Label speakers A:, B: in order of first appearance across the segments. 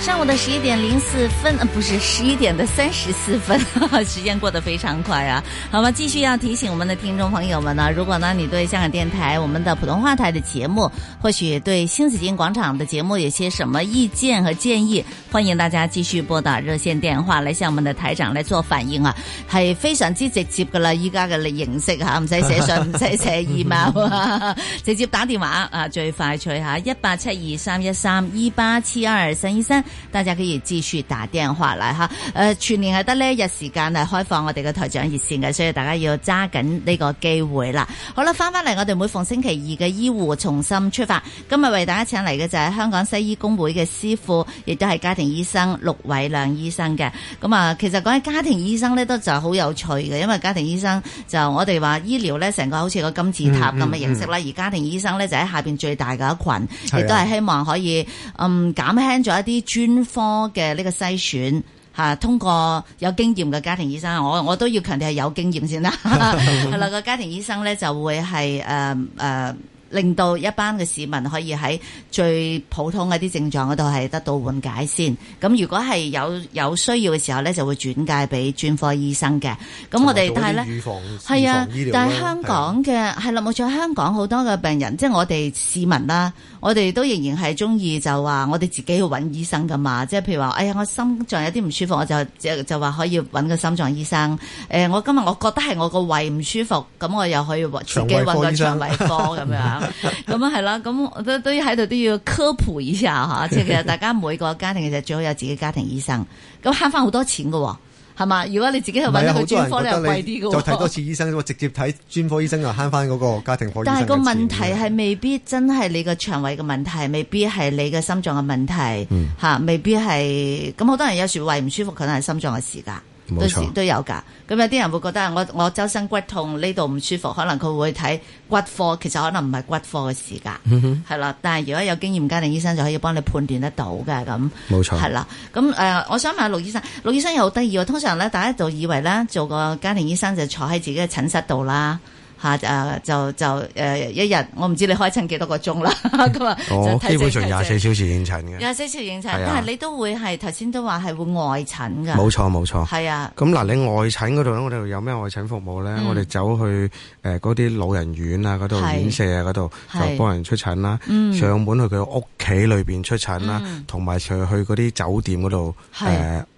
A: 上午的十一点零四分，呃，不是十一点的三十四分， 哈哈，时间过得非常快啊。好吧，继续要提醒我们的听众朋友们啊呢，如果呢你对香港电台我们的普通话台的节目，或许对新紫金广场的节目有些什么意见和建议，欢迎大家继续拨打热线电话嚟向我们的台长嚟做反映啊，係非常之直接噶啦，依家嘅形式吓，啊唔使寫信，唔 使寫 email 啊，直接打電話啊，最快脆吓，一八七二三一三一八七二三一三，大家可以繼續打電話嚟吓。誒、全年係得呢一日時間係開放我哋嘅台長熱線嘅，所以大家要揸緊呢個機會啦。好啦，翻翻嚟我哋每逢星期二嘅醫護重新出發，今日為大家請嚟嘅就係香港西醫工會嘅師傅，亦都係家庭醫生陸偉亮醫生嘅。咁啊，其實講起家庭醫生咧，都就好有趣嘅，因為家庭醫生就我哋話醫療咧，成個好似個金字塔咁嘅形式啦。而家庭醫生咧就喺下邊最大嘅一群，亦都係希望可以嗯減輕咗一啲專科嘅呢個篩選。嚇，通過有經驗嘅家庭醫生，我我都要強調係有經驗先啦。 係啦，個家庭醫生咧就會係誒誒，令到一班嘅市民可以喺最普通嘅啲症狀嗰度係得到緩解先。咁如果係有有需要嘅時候咧，就會轉介俾專科醫生嘅。咁我哋但係咧。
B: 預防
A: 係啊
B: 預防醫療，
A: 但係
B: 啦
A: 香港嘅係啦，冇錯，香港好多嘅病人，即係我哋市民啦，我哋都仍然係中意就話我哋自己去揾醫生噶嘛，即係譬如話，哎呀，我心臟有啲唔舒服，我就就就話可以揾個心臟醫生。誒、呃我今日我覺得係我個胃唔舒服，咁我又可以自己揾個腸胃科咁樣。咁啊係啦，咁我都都喺度都要科普一下嚇，即係其實大家每個家庭其實最好有自己家庭醫生，咁慳翻好多錢嘅喎。係嘛？如果你自己去
B: 唔係
A: 揾
B: 啊
A: 一個
B: 好多
A: 專
B: 人
A: 科，你又
B: 覺得
A: 貴
B: 你
A: 啲
B: 就
A: 嘅喎。
B: 睇多次醫生啫喎，直接睇專科醫生就慳翻嗰個家庭科醫生嘅
A: 但係
B: 錢。
A: 個問題係未必真係你個腸胃嘅問題，未必係你嘅心臟嘅問題
B: 嗯
A: 嚇、未必係咁好多人有時胃唔舒服，可能係心臟嘅事㗎。
B: 冇
A: 到時
B: 錯
A: 都有㗎，咁有啲人會覺得我我周身骨痛，呢度唔舒服，可能佢會睇骨科，其實可能唔係骨科嘅事㗎，
B: 嗯
A: 係啦、但係如果有經驗家庭醫生就可以幫你判斷得到嘅咁。
B: 冇
A: 係啦，咁誒、呃我想問下陸醫生，陸醫生又好得意喎。通常咧，大家就以為咧，做個家庭醫生就坐喺自己嘅診室度啦。嚇誒、呃就就誒、呃一日，我唔知你開診幾多個鐘啦， 咁啊，
B: 我
A: 就睇
B: 哦基本
A: 症
B: 上
A: 睇
B: 廿四
A: 症
B: 小時應診嘅，
A: 廿四小時應診，
B: 係啊
A: 但係你都會係頭先都話係會外診㗎，
B: 冇錯冇錯。
A: 係啊，
B: 咁嗱，你外診嗰度咧，我哋有咩外診服務咧？
A: 嗯
B: 我哋走去誒嗰啲老人院啊，嗰度
A: 係
B: 院舍啊，嗰度
A: 係
B: 就幫人出診啦，
A: 嗯
B: 上門去佢屋企裏邊出診啦
A: 嗯，
B: 同埋上去嗰啲酒店嗰度
A: 係
B: 誒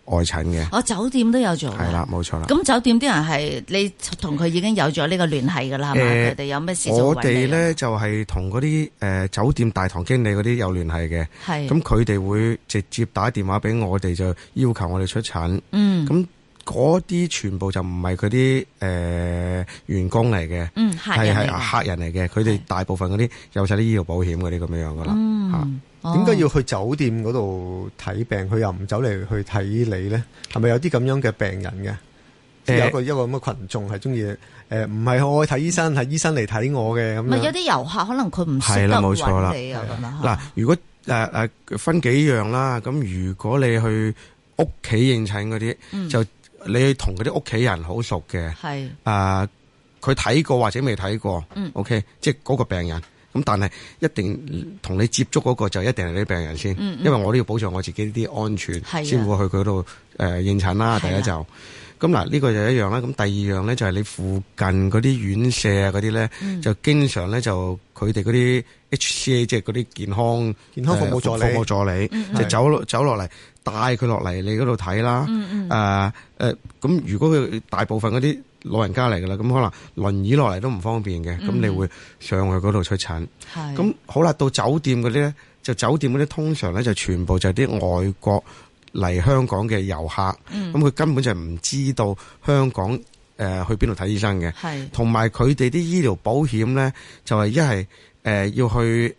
B: 外診嘅，
A: 我哦酒店都有做㗎，
B: 係啦，冇錯啦。
A: 咁酒店啲人係你同佢已經有咗呢個聯繫㗎啦，係嘛？
B: 誒
A: 佢哋有咩事就會
B: 我
A: 揾你
B: 哋
A: 㗎
B: 咧就係同嗰啲誒酒店大堂經理嗰啲有聯繫嘅，
A: 係
B: 咁佢哋會直接打電話俾我哋，就要求我哋出診。
A: 嗯
B: 咁嗰啲全部就唔係佢啲誒員工嚟嘅，
A: 嗯客
B: 係
A: 人嚟
B: 係啊
A: 㗎
B: 客人嚟嘅。佢哋大部分嗰啲有晒啲醫療保險嗰啲咁樣樣噶啦。
A: 嗯，
C: 點解
A: 哦
C: 要去酒店嗰度睇病？佢又唔走嚟去睇你呢？係咪有啲咁樣嘅病人嘅？即係有一個一個咁嘅群眾係中意誒，唔係我去睇醫生，係醫生嚟睇我嘅咁
A: 咪有
C: 樣。
A: 啲遊客可能佢唔識
B: 係
A: 得
B: 啦冇錯啦
A: 揾你啊咁樣
B: 嗱，如果誒誒分幾樣啦，咁如果你去屋企應診嗰啲，
A: 嗯
B: 就你同嗰啲屋企人好熟嘅。
A: 係
B: 啊，佢睇過或者未睇過、
A: 嗯
B: o k 即係嗰個病人。咁但係一定同你接觸嗰個就一定係你病人先，
A: 嗯嗯
B: 因為我都要保障我自己啲安
A: 係啊
B: 全，先會去佢度誒應診啦。第
A: 係啊
B: 一就咁嗱，呢個就一樣啦。咁第二樣咧就係你附近嗰啲院舍啊嗰啲咧，
A: 嗯
B: 就經常咧就佢哋嗰啲 HCA 即係嗰啲健康
C: 健康服務助理
B: 誒服務助理
A: 嗯
B: 就走落走落嚟帶佢落嚟你嗰度睇啦。
A: 嗯
B: 誒誒，啊呃咁如果佢大部分嗰啲老人家嚟㗎啦，咁可能輪椅落嚟都唔方便嘅，咁你會上去嗰度出診。
A: 係
B: 咁好啦，到酒店嗰啲咧，就酒店嗰啲通常咧就全部就係啲外國嚟香港嘅遊客，咁佢根本就唔知道香港誒去邊度睇醫生嘅。
A: 係
B: 同埋佢哋啲醫療保險咧，就係一係誒要去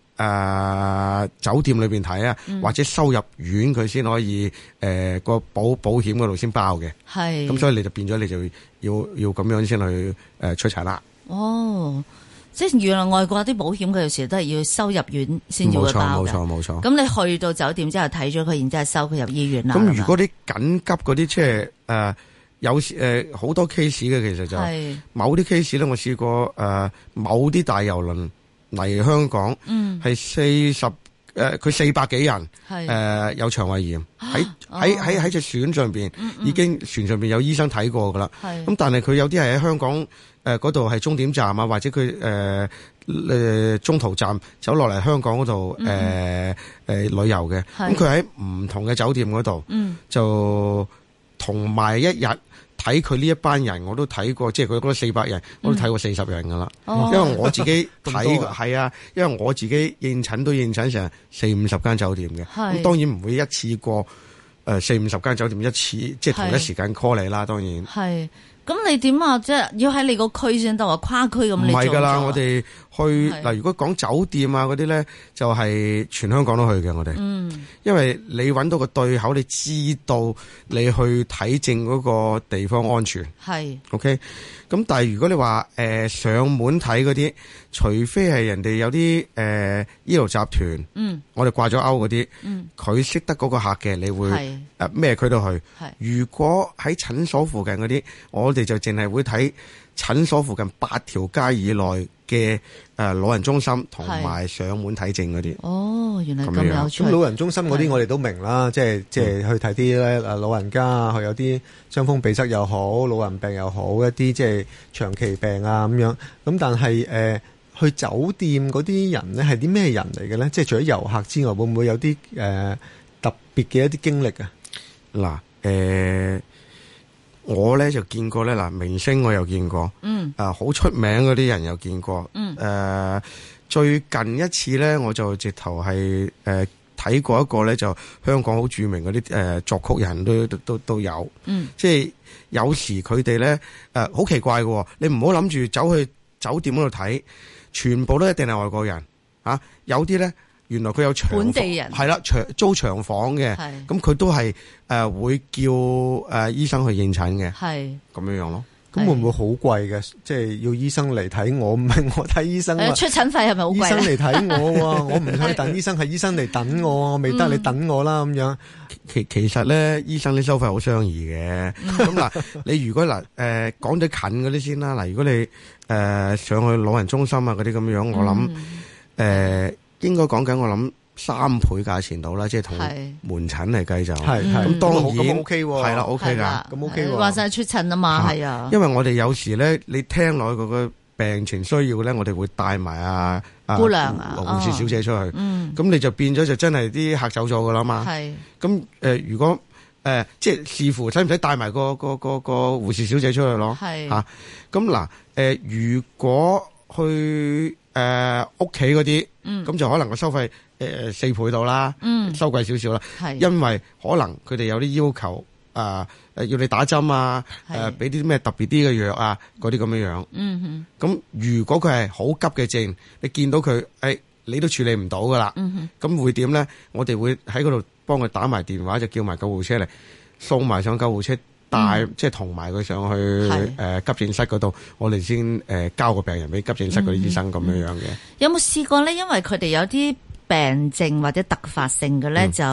B: 呃酒店裏邊睇啊，
A: 嗯
B: 或者收入院佢先可以誒個、保保險嗰度先包嘅。
A: 係
B: 咁所以你就變咗你就要要咁樣先去誒、呃、摧殘啦。
A: 哦，即係原來外國啲保險佢有時都係要收入院先至
B: 冇
A: 會
B: 錯
A: 包
B: 冇
A: 嘅。
B: 錯冇錯。
A: 咁你去到酒店之後睇咗佢，然之後收佢入醫院啦。
B: 咁如果啲緊急嗰啲即係誒有時誒好多 case 嘅，其實就
A: 係
B: 某啲 case 咧，我試過誒、呃某啲大遊輪嚟香港
A: 嗯
B: 係四十誒，呃佢四百幾人。
A: 係
B: 誒、呃有腸胃炎喺
A: 哦
B: 喺喺喺只船上邊已經船上邊有醫生睇過噶啦。
A: 嗯係
B: 咁但係佢有啲係喺香港誒嗰度係終點站啊，或者佢誒誒中途站走落嚟香港嗰度誒誒旅遊嘅。
A: 係
B: 咁佢喺唔同嘅酒店嗰度
A: 嗯
B: 就同埋一日。睇佢呢一班人，我都睇過，即係佢嗰四百人，我都睇過四十人噶啦。
A: 哦
B: 因為我 自己
C: 咁
B: 睇
C: 多啊
B: 係啊，因為我自己應診都應診成四五十間酒店嘅，
A: 係
B: 咁當然唔會一次過誒四五十間酒店一次即係同一時間 call 你啦，當然。
A: 係咁你點啊？即係要喺你個區先得啊，跨區咁
B: 唔
A: 你做
B: 係㗎啦，
A: 咗啊
B: 我哋去
A: 係
B: 嗱，如果講酒店啊嗰啲咧，就係、全香港都去嘅，我哋。
A: 嗯
B: 因為你揾到個對口，你知道你去睇症嗰個地方安全
A: 係
B: ，OK。咁但係如果你話誒、呃上門睇嗰啲，除非係人哋有啲誒、呃、醫療集團，
A: 嗯
B: 我哋掛咗勾嗰啲，
A: 嗯
B: 佢識得嗰個客嘅，你會呃
A: 係
B: 誒咩區都去。
A: 係
B: 如果喺診所附近嗰啲，我哋就淨係會睇診所附近八條街以內嘅誒老人中心同埋上門睇症嗰啲。
A: 哦，原來
B: 咁
A: 咁
B: 樣
A: 有
C: 咁老
A: 趣。
C: 人中心嗰
A: 係
C: 啲我哋都明啦，即係即係去睇啲咧誒老人家啊，佢有啲傷風鼻塞又好，老人病又好，一啲即係長期病啊咁樣。咁但係誒、呃去酒店嗰啲人咧係啲咩人嚟嘅咧？即係除咗遊客之外，會唔會有啲誒、呃特別嘅一啲經歷啊？
B: 嗱，誒、我咧就見過咧，嗱，明星我又見過，
A: 嗯
B: 啊，好出名嗰啲人又見過，
A: 嗯
B: 誒、最近一次咧，我就直頭係誒睇過一個咧，就香港好著名嗰啲誒作曲人都都都都有，
A: 嗯
B: 即係有時佢哋咧誒好奇怪嘅喎，你唔好諗住走去酒店嗰度睇，全部都一定係外國人啊，有啲咧原來佢有長
A: 本地人
B: 係啦，長租長房嘅，
A: 係
B: 咁佢都係誒、呃、會叫誒、呃、醫生去應診嘅
A: 係
B: 咁樣樣咯。
C: 咁會唔會好貴嘅？即係要醫生嚟睇我，唔係 我睇醫生啊
A: 誒。出診費係咪好
C: 醫生
A: 貴咧？啊
C: 嚟睇我 喎，我唔去等醫生，係醫生嚟等我，我未得你等我啦咁樣。
B: 其其實咧，醫生啲收費好相宜嘅。
A: 嗯
B: 咁嗱，你如果嗱誒講咗近嗰啲先啦，嗱，如果你誒、呃上去老人中心啊嗰啲咁樣， 我諗誒、
A: 嗯
B: 呃、應該講緊我諗三倍價錢到啦，即係同
A: 係
B: 門診嚟計就
C: 係係
A: 嗯
B: 咁當然
C: 咁 OK 喎，
B: 係啦，OK
A: 係
B: 㗎。
A: 啦
C: 咁 OK 喎
A: 話晒出診啊嘛，係啊，
B: 因為我哋有時咧，你聽落去佢個病情需要咧，我哋會帶埋啊啊
A: 姑娘啊
B: 護士小姐出去，
A: 嗯
B: 咁你啊就變咗就真係啲客走咗㗎啦嘛。
A: 係
B: 咁誒、呃如果誒、呃即係視乎使唔使帶埋個個個個護士小姐出去咯？
A: 係
B: 嚇咁嗱誒，如果去誒屋企嗰啲，咁、
A: 嗯
B: 就可能個收費誒、呃四倍到啦，
A: 嗯
B: 收貴少少啦，
A: 係
B: 因為可能佢哋有啲要求啊、呃要你打針啊，
A: 係
B: 誒俾啲咩特別啲嘅藥啊，嗰啲咁樣樣。
A: 嗯哼
B: 咁如果佢係好急嘅症，你見到佢，誒、你都處理唔到噶啦，
A: 嗯
B: 咁、會點呢？我哋會喺嗰度幫佢打埋電話，就叫埋救護車嚟送埋上救護車，帶、即係同埋佢上去
A: 嗯係
B: 誒、呃急症室嗰度，我哋先誒交個病人俾急症室嗰啲醫生咁樣樣嘅。
A: 有冇試過咧？因為佢哋有啲病症或者突發性嘅
B: 嗯
A: 咧，就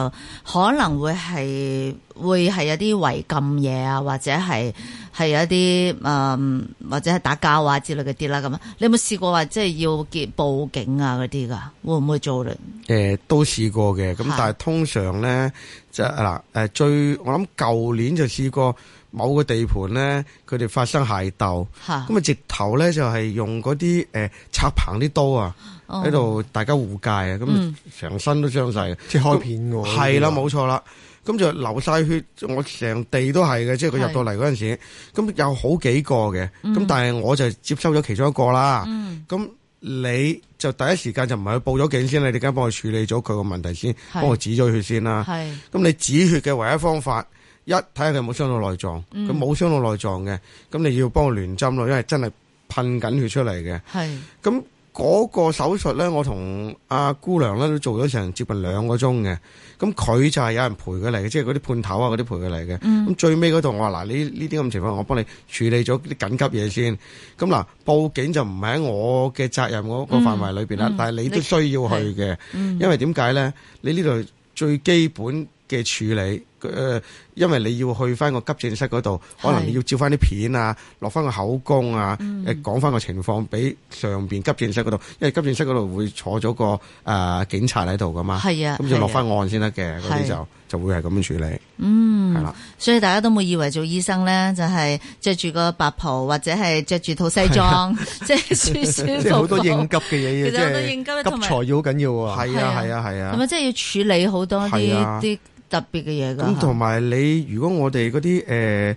A: 可能會係會係有啲違禁嘢啊，或者係係有一啲嗯或者係打交啊之類嗰啲啦。咁你有冇試過話即係要結報警啊嗰啲噶？會唔會做咧？
B: 誒、都試過嘅，咁
A: 嚇
B: 但係通常咧就嗱誒、最我諗舊年就試過某個地盤咧，佢哋發生械鬥，
A: 嚇
B: 咁啊直頭咧就係用嗰啲誒插棚啲刀啊
A: 哦嗯
B: 喺度大家互戒啊，咁成身都傷晒嘅，
C: 即係開片嘅喎。
B: 係啦
C: 呢啲啊
B: 冇錯啦，咁就流晒血，我成地都係嘅，即係佢
A: 係
B: 入到嚟嗰陣時，咁有好幾個嘅，咁、但係我就接收咗其中一個啦。
A: 嗯
B: 咁你就第一時間就唔係去報咗警先，你哋梗係幫佢處理咗佢個問題先，
A: 係
B: 幫佢止咗血先啦。
A: 係
B: 咁你止血嘅唯一方法，一睇下佢有冇傷到內臟，
A: 嗯
B: 佢冇傷到內臟嘅，咁你要幫佢聯針咯，因為真係噴緊血出嚟嘅。
A: 係
B: 咁嗰個手術咧，我同阿姑娘咧都做咗成接近兩個鐘嘅。咁佢就係有人陪佢嚟嘅，即係嗰啲判頭啊嗰啲陪佢嚟嘅。咁、
A: 嗯
B: 最尾嗰度我話嗱，呢呢啲咁情況，我幫你處理咗啲緊急嘢先。咁嗱，報警就唔係喺我嘅責任嗰個範圍裏邊啦，
A: 嗯
B: 但係你都需要去嘅，
A: 嗯
B: 因為點解咧？你呢度最基本嘅處理，誒、因為你要去翻個急症室嗰度，可能
A: 係
B: 你要照翻啲片啊，落翻個口供啊，
A: 嗯
B: 誒講翻個情況俾上邊急症室嗰度，因為急症室嗰度會坐咗個誒、呃警察喺度噶嘛，
A: 係啊，
B: 咁就落
A: 係啊
B: 翻案先得嘅，嗰
A: 係
B: 啲就就會係咁樣處理，
A: 嗯，
B: 係啦。
A: 所以大家都冇以為做醫生咧，就係着住個白袍或者係着住套西裝，
B: 啊
A: 即係舒舒服服。
C: 即係好多應急嘅
A: 其
C: 嘢，
A: 實好多
C: 即
A: 應急
B: 啊
C: 係
A: 同
C: 急
A: 埋
C: 才要好緊要啊！
B: 係啊，係啊，係啊
A: 咁。啊，即係要處理好多
B: 係
A: 啲
B: 啊
A: 啲特別嘅嘢㗎。
B: 咁同埋你，如果我哋嗰啲誒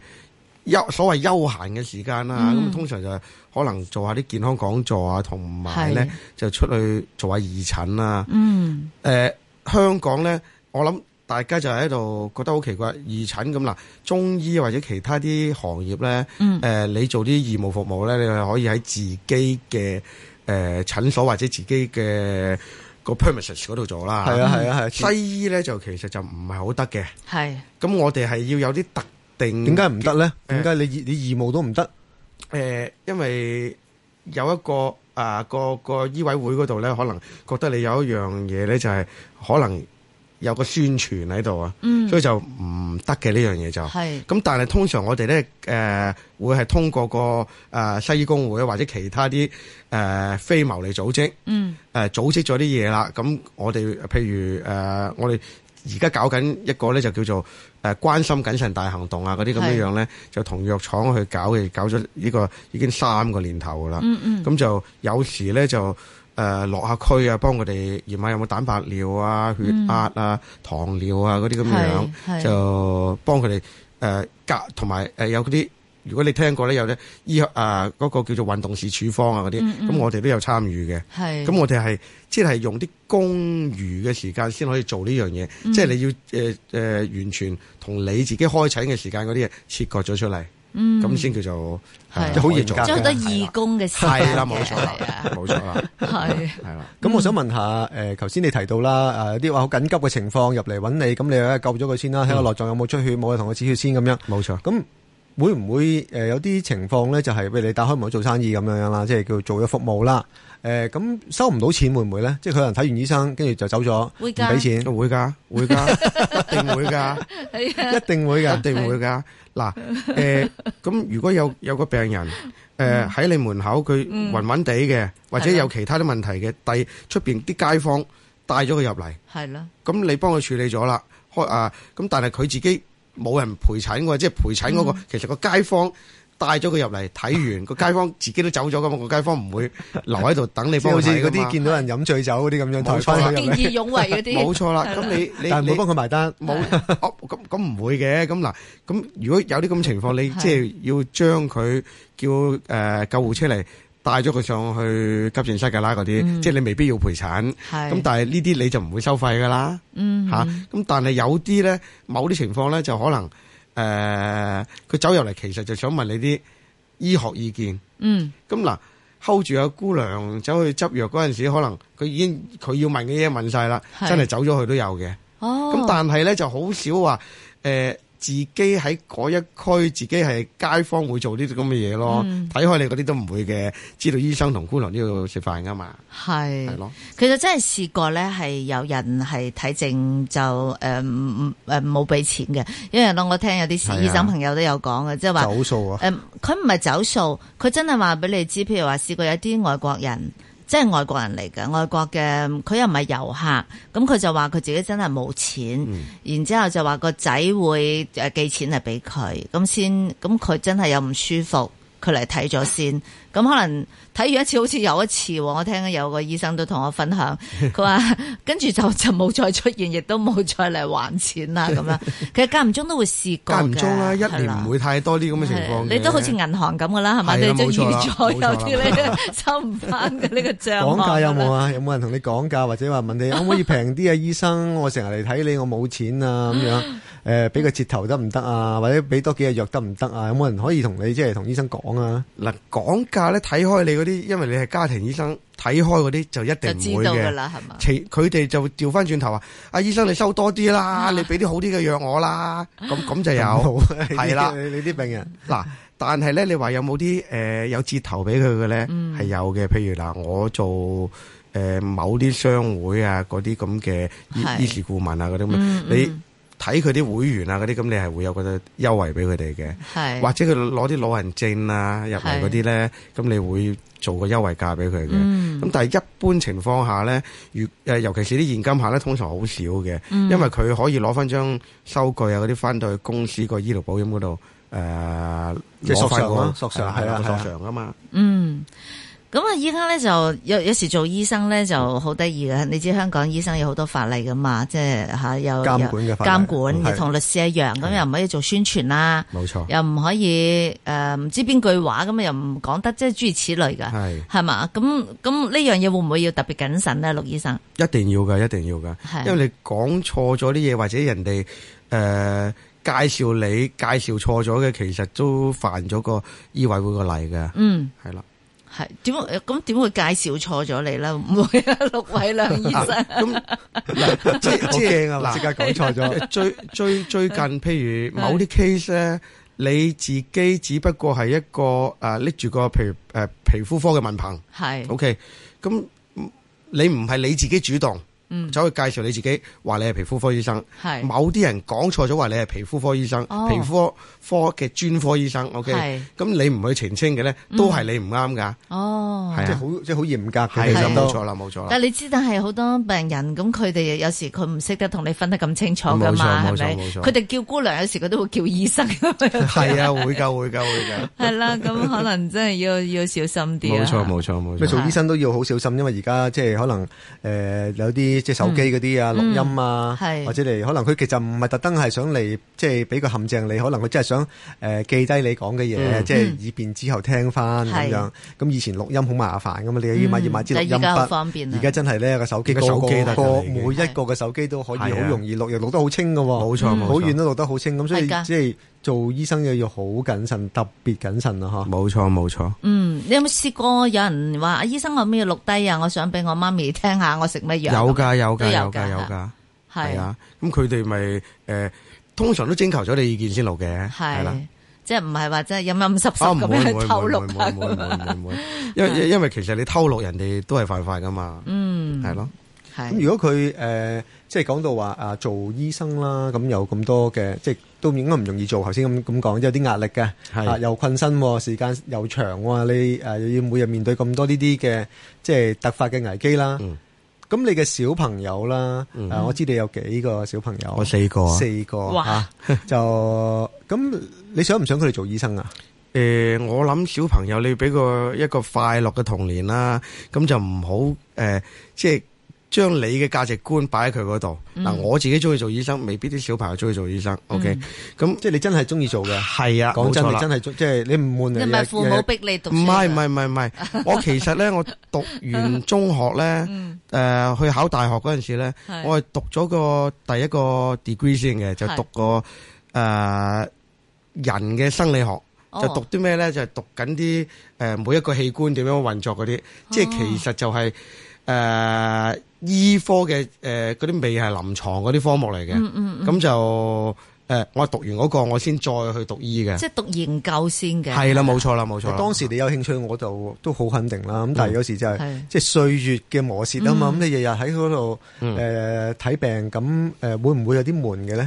B: 休所謂休閒嘅時間啦，咁、
A: 嗯
B: 通常就係可能做下啲健康講座啊，同埋咧
A: 係
B: 就出去做下義診啦。
A: 嗯
B: 誒、香港咧，我諗大家就喺度覺得好奇怪，義診咁嗱，中醫或者其他啲行業咧，誒、
A: 嗯
B: 你做啲義務服務咧，你係可以喺自己嘅誒、呃診所或者自己嘅個 premises 嗰度做啦。
C: 係啊，係啊，係啊！
B: 西醫咧就其實就唔係好得嘅。
A: 係
B: 咁我哋係要有啲特定
C: 點解唔得咧？點
B: 誒
C: 解你義你義務都唔得？
B: 誒、呃因為有一個啊個個醫委會嗰度咧，可能覺得你有一樣嘢咧，就係、可能有個宣傳喺度啊，
A: 嗯
B: 所以就唔得嘅呢樣嘢就。啊
A: 係
B: 咁但係通常我哋咧誒會係通過個誒、呃西醫工會或者其他啲誒、呃非牟利組織。
A: 嗯
B: 誒、呃組織咗啲嘢啦，咁我哋譬如誒、呃我哋而家搞緊一個咧就叫做誒、呃、關心謹慎大行動啊，嗰啲咁
A: 係
B: 樣樣咧，就同藥廠去搞嘅，搞咗呢個已經三個年頭噶啦。
A: 嗯嗯，
B: 啊咁就有時咧就誒落下區啊，幫佢哋驗下有冇蛋白尿啊、血壓啊、糖尿啊嗰啲咁樣
A: 嗯係係
B: 樣，就幫佢哋誒隔同埋誒有嗰啲。如果你聽過咧，有啲醫學啊嗰、個叫做運動士處方啊嗰啲，咁、
A: 嗯嗯
B: 我哋都有參與嘅。
A: 係
B: 咁我哋係即係用啲公餘嘅時間先可以做呢樣嘢，
A: 嗯
B: 即係你要誒誒、呃呃完全同你自己開診嘅時間嗰啲嘢切割咗出嚟，
A: 嗯
B: 咁先、叫做
A: 係啊
B: 呃
C: 好
B: 可以
C: 嚴
B: 做
C: 格
A: 即係好多義工啊嘅時間嘅
B: 係啦，冇錯啦，冇錯啦，
A: 係啊
B: 係啦。
C: 咁我想問下，誒頭先你提到啦，誒有啲話好緊急嘅情況入嚟揾你，咁你梗係救咗佢先啦，睇下內臟有冇出血，冇就同佢止血先咁樣。
B: 冇錯，
C: 咁會唔會誒有啲情況咧，就係譬如你打開門做生意咁樣樣啦，即係叫做咗服務啦。誒咁收唔到錢會唔會咧？即係佢可能睇完醫生，跟住就走咗，唔
A: 會㗎
C: 俾錢，
B: 會噶，會噶，一定會 噶，
A: 係啊
C: 一定會
B: 一
C: 㗎。
B: 定會噶。 嗱，誒，咁如果有有個病人，誒喺你門口佢
A: 嗯
B: 暈暈地嘅，或者
A: 係啦
B: 有其他啲問題嘅，第出邊啲街坊帶咗佢入嚟。
A: 係啦，
B: 咁你幫佢處理咗啦，開啊，咁但係佢自己冇人陪診喎，即係陪診嗰、個、
C: 嗯
B: 其實個街坊帶咗佢入嚟睇 完，個街坊自己都走咗噶嘛，個街坊唔會留喺度等你
C: 即係
B: 幫佢
C: 好似
B: 睇
C: 嗰
B: 㗎嘛
C: 啲見到人飲醉酒嗰啲咁樣
B: 冇
C: 抬
B: 錯
C: 翻
B: 啦
C: 佢
A: 見
C: 入嚟，
A: 義勇為嗰
B: 冇
A: 啲，
B: 錯啦， 咁你你
C: 但係唔
B: 你
C: 好幫佢埋單。
B: 冇哦，咁咁唔會嘅，咁嗱，咁如果有啲咁情況，你
A: 係
B: 即係要將佢叫誒、呃救護車嚟帶咗佢上去急症室㗎啦，嗰啲、
A: 嗯
B: 即係你未必要陪診，
A: 係
B: 咁但係呢啲你就唔會收費㗎啦。
A: 嗯
B: 吓，咁、但係有啲咧，某啲情況咧就可能誒，呃佢、走入嚟其實就想問你啲醫學意見。
A: 嗯
B: 咁嗱，hold 住阿姑娘走去執藥嗰陣時，可能佢已經佢要問嘅嘢問晒啦，
A: 係
B: 真係走咗去都有嘅。
A: 哦
B: 咁、但係咧就好少話誒、呃自己喺嗰一區，自己係街坊會做呢啲咁嘅嘢咯。
A: 嗯
B: 睇、開你嗰啲都唔會嘅，知道醫生同姑娘呢度食飯噶嘛，
A: 係
B: 係咯。
A: 其實真係試過咧，係有人係睇症就誒唔唔誒冇俾錢嘅，因為咧我聽有
B: 係
A: 啲
B: 啊
A: 醫生朋友都有講嘅，即係話
C: 走數啊！
A: 誒嗯佢唔係走數，佢真係話俾你知，譬如話試過有啲外國人。即係外國人嚟嘅，外國嘅佢又唔係遊客，咁佢就話佢自己真係冇錢，
B: 嗯
A: 然之後就話個仔會誒寄錢嚟俾佢，咁先咁佢真係有唔舒服，佢嚟睇咗先，咁可能睇完一次好似有一次喎，我聽有個醫生都同我分 享，佢話跟住就就冇再出現，亦都冇再嚟還錢啦咁 樣。其實間唔中都會試過嘅，
B: 間唔中啊啦，一
A: 係
B: 年
A: 啦
B: 唔會太多啲咁嘅情
A: 係
B: 況嘅。
A: 你都好似銀行咁噶啦，係咪？
B: 係啊
A: 你都
B: 冇錯啦
A: 預咗
B: 冇錯
A: 有
B: 啦
A: 啲咧 收唔翻嘅呢個帳
C: 講
A: 目
C: 價有
A: 咁
C: 冇
A: 樣？
C: 啊？有冇人同你講價，或者話問你可唔可以平啲啊？醫生，我成日嚟睇你，我冇錢啊咁樣。誒俾個折頭得唔得啊？或者俾多幾日藥得唔得啊？有冇人可以同你即係同醫生講啊？
B: 嗱，講價咧睇開你嗰啲，因為你係家庭醫生，睇開嗰啲就一
A: 就
B: 定唔
A: 知
B: 會
A: 道噶
B: 嘅。
A: 啦，係嘛？
B: 其佢哋就調翻轉頭話：阿醫生你收多 啲啦，你俾啲好啲嘅藥我啦。咁咁就有
C: 係
B: 係啦
C: 你啊啲病人
B: 嗱，但係咧，你話有冇啲誒有折頭俾佢嘅咧？係、
A: 嗯
B: 有嘅，譬如嗱，我做誒、呃某啲商會啊，嗰啲咁嘅
A: 係
B: 醫醫事顧問啊，嗰啲咁，
A: 嗯
B: 你
A: 嗯
B: 睇佢啲會員啊，嗰啲咁，你係會有個優惠俾佢哋嘅。
A: 係
B: 或者佢攞啲老人證啊入嚟嗰啲咧，咁你會做個優惠價俾佢嘅。咁、
A: 嗯
B: 但係一般情況下咧，如誒尤其是啲現金客咧，通常好少嘅，
A: 嗯
B: 因為佢可以攞翻張收據啊嗰啲翻到去公司個醫療保險嗰度誒，
C: 即係
B: 攞返
C: 索償啊
B: 個
C: 咯索償係啦
B: 個
C: 係啦
B: 索償啊嘛。
A: 嗯，咁啊，依家咧就有有時做醫生咧就好得意嘅。你知香港醫生有好多法例噶嘛，即係吓有
C: 監管嘅法例
A: 監
B: 哦
A: 管，
C: 係
A: 同律師一樣，咁又唔可以做宣傳啦，
B: 冇錯，
A: 又唔可以呃誒唔、知邊句話咁啊，又唔講得，即係諸如此類噶，
B: 係
A: 係嘛？咁咁呢樣嘢會唔會要特別謹慎咧，陸醫生？
B: 一定要㗎，一定要㗎。
A: 係
B: 因為你講錯咗啲嘢，或者人哋誒、呃介紹你介紹錯咗嘅，其實都犯咗個醫委會個例嘅，
A: 嗯。
B: 係啦。
A: 係點會咁點會介紹錯咗你咧？唔會 啊，陸偉亮醫生。
B: 咁嗱，即
C: 好
B: 即
C: 驚啊！即
B: 嗱，
C: 刻講錯咗。
B: 最最最近，譬如某啲 case 咧，你自己只不過係一個誒拎住個譬如誒皮膚科嘅文憑
A: 係
B: ，OK，咁你唔係你自己主動，走去介紹你自己，話你係皮膚科醫生。
A: 嗯係
B: 某啲人講錯咗話你係皮膚科醫生，
A: 哦
B: 皮膚科嘅專科醫生，OK，
A: 係
B: 咁你唔去澄清嘅咧，都係你唔啱㗎，
A: 哦。
B: 係
C: 即係
B: 啊，
C: 好即係好嚴格嘅，
B: 係
C: 其
B: 啦，
C: 實
B: 冇
C: 都
B: 錯啦，冇錯啦。
A: 但你知，但係好多病人咁，佢哋有時佢唔識得同你分得咁清楚噶嘛，
B: 冇錯
A: 係咪？
B: 冇錯冇錯
A: 佢哋叫姑娘，有時佢都會叫醫生。
B: 係啊，會㗎，會㗎，會㗎。
A: 係啦，咁可能真係要要小心啲啊。
B: 冇錯，冇錯，冇
C: 咩
B: 錯。
C: 做醫生都要好小心，因為而家即係可能誒、呃有啲即係手機嗰啲啊、
A: 嗯
C: 錄音啊，
A: 係
C: 或者嚟可能佢其實唔係特登係想嚟即係俾個陷阱你，可能佢真係想誒、呃記低你講嘅嘢，
B: 嗯
C: 即係以便之後聽翻咁
A: 係
C: 樣。咁以前錄音好麻煩噶嘛，你又要買
A: 嗯
C: 要買支錄音
A: 但係而家好
C: 筆。
A: 方便啊
C: 而家真係咧個手機
B: 而家手機
C: 個
B: 得㗎
C: 個
B: 啦已
C: 每
B: 經
C: 一個嘅手機都可以好
B: 係啊
C: 容易錄，又錄得好清㗎喎，
B: 冇錯，冇
C: 好
B: 錯
C: 遠。都錄得好清。咁所以
A: 係㗎
C: 即係做醫生又要好謹慎，特別謹慎啦
A: 哦
C: 嚇。
B: 冇錯冇錯，
A: 嗯，你有冇試過有人話啊？醫生，我咩錄低啊？我想俾我媽咪聽下，我食乜藥？
B: 有噶有
A: 都
B: 噶
A: 有
B: 有
A: 㗎
B: 噶有噶，係
A: 係
B: 啊，咁佢哋咪誒，通常都徵求咗你意見先錄嘅，係啦。
A: 係，即係唔係話真係飲飲濕
B: 啊，
A: 濕
B: 唔
A: 咁
B: 會唔會唔
A: 樣
B: 會
A: 透
B: 唔會
A: 露
B: 唔
A: 啊
B: 會唔會
A: 咁
B: 唔
A: 樣
B: 會唔會，因為因為其實你偷錄人哋都係犯法噶嘛，
A: 嗯，
B: 係咯，
A: 係
C: 咁如果佢誒、呃即係講到話啊做醫生啦，咁有咁多嘅，即係都應該唔容易做。頭先咁咁講，有啲壓力嘅，
B: 係
C: 啊又困身喎，時間又長喎，你誒、呃又要每日面對咁多呢啲嘅即係突發嘅危機啦。咁、
B: 嗯
C: 你嘅小朋友啦，啊我知你有幾個小朋友，
B: 我四個啊，
C: 四個
A: 哇
C: 啊，就咁你想唔想佢哋做醫生啊？
B: 誒，我諗小朋友你俾個一個快樂嘅童年啦，咁就唔好誒，即係將你嘅價值觀擺喺佢嗰度。
A: 嗯
B: 嗱，我自己中意做醫生，未必啲小朋友中意做醫生。OK，咁
C: 即係你真係中意做嘅。
B: 係啊，
C: 講真，
B: 冇錯
C: 你
B: 啦
C: 真係中即係你唔悶
A: 你
C: 啊
A: 唔
C: 日
A: 係
C: 日
A: 嗯父母逼你讀書啊
B: 唔係唔
A: 㗎
B: 係唔係唔係， 我其實咧，我讀完中學 咧，誒、去考大學嗰陣時咧，
A: 嗯係
B: 我係讀咗個第一個 degree 先嘅，就
A: 係
B: 讀個誒、呃人嘅生理學，
A: 哦
B: 就讀啲咩咧？就係讀緊啲誒每一個器官點樣運作
A: 哦
B: 嗰啲，即係其實就係、誒、醫科嘅誒嗰啲未係臨床嗰啲科目嚟嘅，咁、
A: 嗯
B: 就誒、我讀完嗰、個，我先再去讀醫嘅
A: 即，係啊讀研究先嘅。
B: 係啦，冇錯啦，冇錯啦。
C: 當時你有興趣，我就都好肯定啦。咁但係
B: 嗯
C: 有時就係、
A: 係
C: 即係歲月嘅磨蝕啊嘛。咁、你日日喺嗰度誒睇病，咁誒、呃、會唔會有啲悶嘅咧？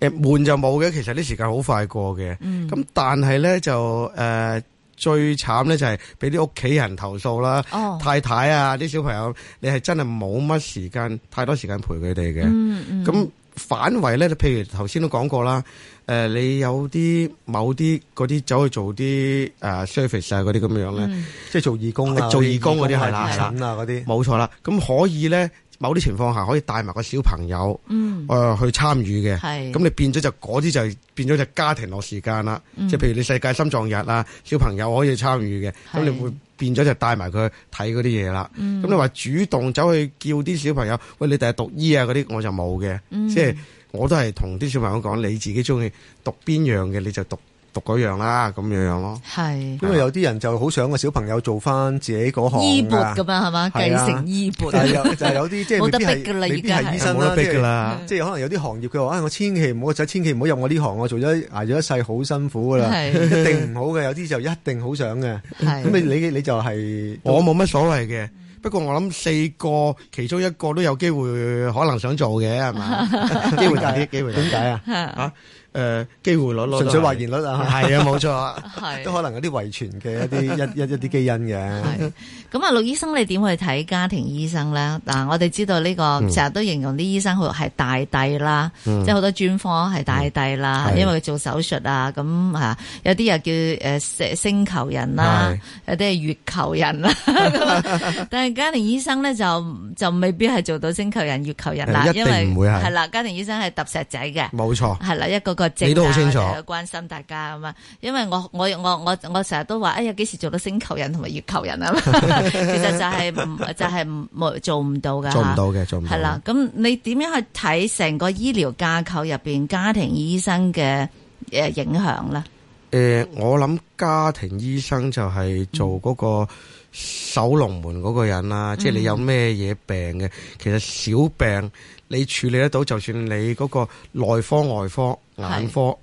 B: 誒悶就冇嘅，其實啲時間好快過嘅。咁、
A: 嗯
B: 但係咧就誒、呃最慘咧就係俾啲屋企人投訴啦，
A: 哦
B: 太太啊啲小朋友，你係真係冇乜時間，太多時間陪佢哋嘅。
A: 嗯嗯
B: 咁、反為咧，譬如頭先都講過啦，誒、你有啲某啲嗰啲走去做啲誒、呃 service 啊嗰啲咁樣咧。
A: 嗯
C: 即係做義工啊，
B: 做義工嗰啲
C: 義
B: 係啦
C: 義診啊嗰啲。
B: 冇錯啦，咁可以咧某啲情況下可以帶埋個小朋友
A: 嗯，
B: 誒、去參與嘅。
A: 係
B: 咁你變咗就嗰啲就變咗就家庭樂時間啦，
A: 嗯
B: 即係譬如你世界心臟日啊，小朋友可以參與嘅，
A: 係
B: 咁你會變咗就帶埋佢去睇嗰啲嘢啦。咁、
A: 嗯
B: 你話主動走去叫啲小朋友，喂你第日讀醫啊嗰啲，我就冇嘅，
A: 嗯
B: 即係我都係同啲小朋友講，你自己中意讀邊樣嘅你就讀讀嗰樣啦，咁樣樣咯。
A: 係
C: 因為有啲人就好想個小朋友做翻自己嗰
B: 啊
C: 行
A: 衣缽
C: 㗎
A: 咁樣係嘛，繼
C: 係啊
A: 承衣缽
C: 但係有 就係有啲即係
A: 冇
C: 未
A: 得
C: 必
A: 逼㗎啦
C: 係未必
A: 而家係
C: 係醫生
B: 冇
C: 啦，
B: 得
C: 即
B: 逼㗎
C: 係
B: 啦，
C: 即係可能有啲行業佢話：，啊，我千祈唔好個仔，千祈唔好入我呢行，我做咗捱咗一世，好辛苦噶啦，
A: 係
C: 一定唔好嘅。有啲就一定好想嘅。
A: 係
C: 咁你你你就係
B: 我冇乜所謂嘅。不過我諗四個其中一個都有機會可能想做嘅係 咪？機會大啲，機會大
C: 點
B: 啲
C: 解啊？
A: 係
B: 啊誒機會率咯，
C: 純粹話言率啊，
B: 係啊，冇錯啊。
A: 係
C: 都可能有啲遺傳嘅一 啲一一一啲基因嘅。
A: 係咁啊，陸醫生你點去睇家庭醫生咧？嗱，我哋知道呢、個
B: 嗯
A: 成日、都形容啲醫生佢係大帝啦，即係好多專科係大帝啦，
B: 嗯係
A: 因為佢做手術啊，咁啊有啲又叫誒星星球人啦，有啲係月球人啦。咁 啊但係家庭醫生咧就就未必係做到星球人、月球人啦，
B: 一
A: 因
B: 定
A: 為
B: 唔會係
A: 係啦，家庭醫生係揼石仔嘅。
B: 冇錯，
A: 係啦，一個個正
B: 你都好清楚
A: 關心大家咁啊。因為我我我我我成日都話，哎呀，幾時做到星球人同埋月球人 啊？其實就係唔就係唔冇做唔到㗎。
B: 做唔到嘅，做唔
A: 嚇。
B: 到。
A: 係啦，，咁你點樣去睇成個醫療架構入邊家庭醫生嘅誒影響咧？
B: 誒，呃我諗家庭醫生就係做嗰個守龍門嗰個人啦，即係你有咩嘢病嘅，其實小病你處理得到，就算你嗰個內科、外科、眼科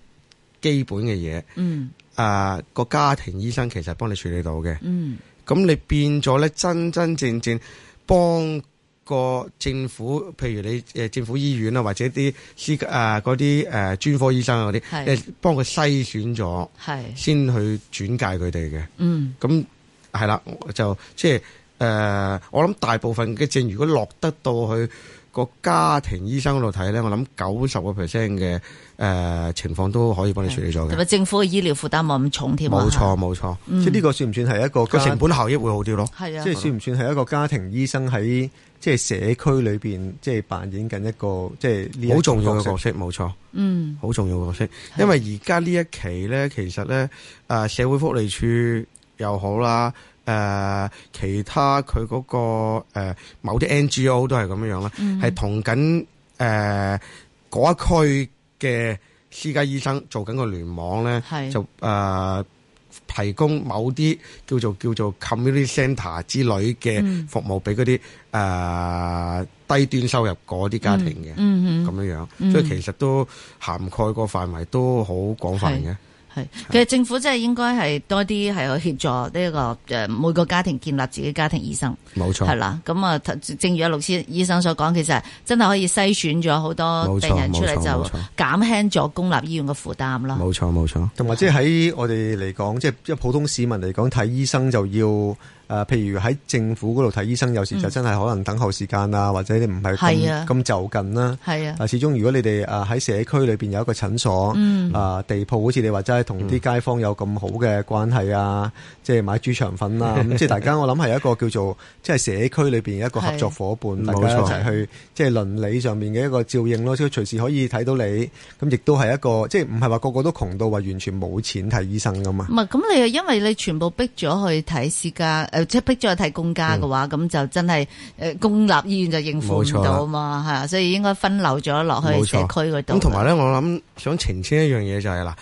B: 基本嘅嘢，
A: 嗯
B: 誒個家庭醫生其實幫你處理到嘅。
A: 嗯
B: 咁你變咗咧，真真正正幫個政府，譬如你誒政府醫院啊，或者啲私誒嗰啲誒專科醫生啊嗰
A: 係
B: 啲，你係幫佢篩選咗，
A: 係
B: 先去轉介佢哋嘅。
A: 嗯
B: 咁係啦，就即係誒、呃我諗大部分嘅症，如果落得到去個家庭醫生嗰度睇咧，我諗九十個 percent 嘅誒情況都可以幫你處理咗
A: 同
B: 嘅。
A: 埋政府嘅醫療負擔冇咁重嗯添啊。
B: 冇錯冇錯，
A: 嗯，
C: 即係呢個算唔算係一個
B: 個
C: 家
B: 成本效益會好啲咯。
A: 係啊
C: 即係，算唔算係一個家庭醫生喺即係社區裏邊即係扮演緊一個即係呢一
B: 好重要
C: 個
B: 嘅
C: 角
B: 角
C: 色？
B: 色，冇錯。
A: 嗯
B: 好重要嘅角色，因為而家呢一期呢，其實呢，誒、社會福利署又好啦，誒、其他佢嗰、個、呃、某啲 NGO 都係咁樣樣啦，
A: 嗯
B: 係同緊誒嗰一區嘅私家醫生做緊個聯網呢，
A: 係
B: 就誒、呃提供某啲叫做叫做 community centre 之類
A: 嗯
B: 嘅服務俾嗰啲呃誒低端收入嗰啲家庭嘅。
A: 嗯嗯
B: 咁。樣樣，
A: 嗯
B: 所以其實都涵蓋個範圍都好廣泛嘅。
A: 系，其實政府真係應該係多啲係去協助呢、一個誒每個家庭建立自己家庭醫生，
B: 冇
A: 係
B: 錯，
A: 啦。咁啊，正如阿陸師醫生所講，其實真係可以篩選咗好多
B: 冇
A: 病
B: 錯，
A: 人出
B: 冇
A: 嚟，
B: 錯，
A: 就啊
B: 冇錯，
A: 減輕咗公立醫院嘅負擔啦。
B: 冇錯，冇錯，
C: 同埋即係喺我哋嚟講，即係即係普通市民嚟講，睇醫生就要誒、呃譬如喺政府嗰度睇醫生，有
B: 嗯
C: 時就真係可能等候時間啊，或者你唔係
A: 係
C: 咁
A: 啊
C: 咁就近啦。
A: 係啊，
C: 但始終如果你哋誒喺社區裏邊有一個診所，
A: 嗯
C: 啊地鋪好似你話齋同啲街坊有咁好嘅關係啊，即係買豬腸粉啊，咁即係大家我諗係一個叫做即係社區裏邊一個合作伙伴，大
B: 係
C: 家一
B: 冇錯
C: 齊去即係倫理上面嘅一個照應咯，即係隨時可以睇到你，咁亦都係一個即係唔係話個個都窮到話完全冇錢睇醫生噶嘛
A: 唔。係咁你又因為你全部逼咗去睇私家，誒、即係逼咗去睇公家嘅
B: 嗯
A: 話，咁、就真係誒、呃公立醫院就應付
B: 冇錯
A: 唔
B: 啦
A: 到嘛，係啊，所以應該分流咗落去
B: 冇
A: 社
B: 錯
A: 區嗰度。
B: 咁同埋咧，我諗想澄清一樣嘢就係、嗱，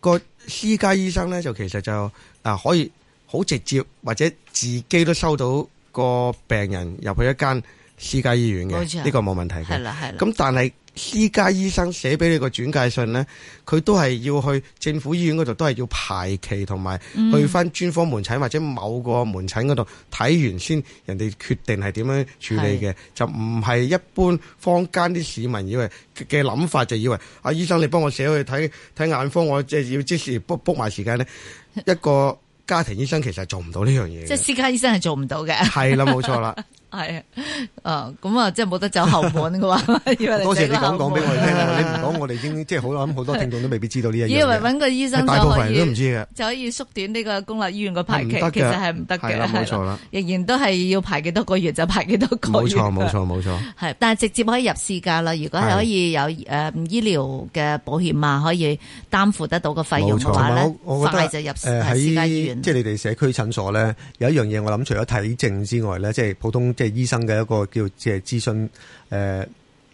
B: 個私家醫生咧就其實就啊可以好直接或者自己都收到個病人入去一間私家醫院
A: 冇錯
B: 嘅，呢個冇問題嘅
A: 係。啦係啦，
B: 咁但係私家醫生寫俾你個轉介信呢，佢都係要去政府醫院嗰度，都係要排期同埋
A: 嗯
B: 去翻專科門診或者某個門診嗰度睇完先，人哋決定係點樣處理嘅，就唔係一般坊間啲市民以為嘅諗法，就以為啊醫生你幫我寫去睇睇眼科，我即係要即時 book book 埋時間呢。一個家庭醫生其實係做唔到呢樣嘢
A: 即係
B: 嘅，
A: 私家醫生係做唔到嘅。
B: 係啦冇錯啦，
A: 係啊，咁啊，即係冇得走後門噶 嘛，以為
C: 多謝
A: 謝
C: 你講講俾我哋聽啊，你唔講我哋已經即係好諗好多聽眾都未必知道呢一
A: 以為
C: 樣嘢。
A: 揾個醫生就
B: 大部分
A: 可
B: 人都唔
A: 以
B: 知嘅，
A: 就可以縮短呢個公立醫院個排期，
B: 係唔得嘅
A: 其實係唔得
B: 係
A: 嘅，
B: 啦，冇
A: 係
B: 錯
A: 啦
B: 啦，
A: 仍然都係要排幾多個月就排幾多個
B: 冇
A: 月。啊
B: 錯冇。錯冇錯，
A: 係，但係直接可以入市價啦。如果係
B: 係
A: 可以有誒、呃、醫療嘅保險啊，可以擔負得到個費用嘅
B: 冇錯
A: 話咧
C: 同埋，我我覺得
A: 快就入市
B: 呃
C: 誒
A: 私家醫
C: 喺
A: 院。
C: 即係你哋社區診所咧，有一樣嘢我諗除咗睇症之外咧，即係普通即係醫生嘅一個叫即係諮詢誒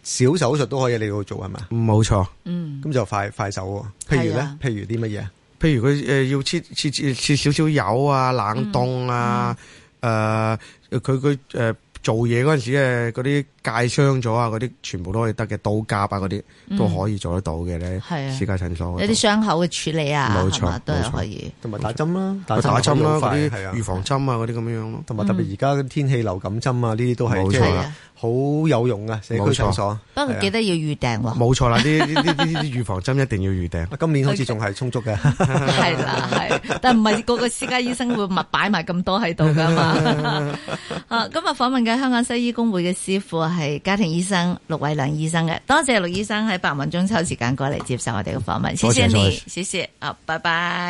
C: 小手術都可以你度做係嘛？
B: 冇錯。
A: 嗯，
C: 咁就快快手喎。譬如
A: 係
C: 咧
A: 啊，
C: 譬如啲乜嘢啊？
B: 譬如佢誒要切切切切少少油啊、冷
A: 嗯
B: 凍啊，誒佢佢誒做嘢嗰陣時誒嗰啲界傷咗啊，嗰啲全部都可以得嘅，刀夾啊嗰啲都可以做得到嘅咧。
A: 嗯係啊
B: 私家診所嗰
A: 有啲
B: 度
A: 傷口嘅處理啊，
B: 冇
A: 係
B: 錯
A: 嘛都
B: 冇
A: 係
B: 錯
A: 可以。
C: 同埋打針啦，
B: 佢打針啦，嗰啲
C: 係啊
B: 預防針啊嗰啲咁樣 樣咯。
C: 同埋特別而家嘅天氣流感針啊，呢啲都係
B: 冇錯
C: 即
A: 係
C: 係
A: 啊，
C: 好有用啊！社區
B: 冇錯
C: 診所。
A: 不過
C: 係啊
A: 記得要預訂喎。
B: 冇錯啦，呢呢呢呢啲預防針一定要預訂。
C: 啊今年好似仲係充足嘅，
A: 係啦，係，但唔係個個私家醫生會密擺埋咁多喺度噶 嘛。啊，今日訪問嘅香港西醫工會嘅師傅係家庭醫生陸偉亮醫生嘅，多謝陸醫生喺白雲中秋時間過嚟接受我哋嘅訪問，謝
B: 多謝
A: 謝你，
B: Joyce
A: 謝謝，啊，拜拜。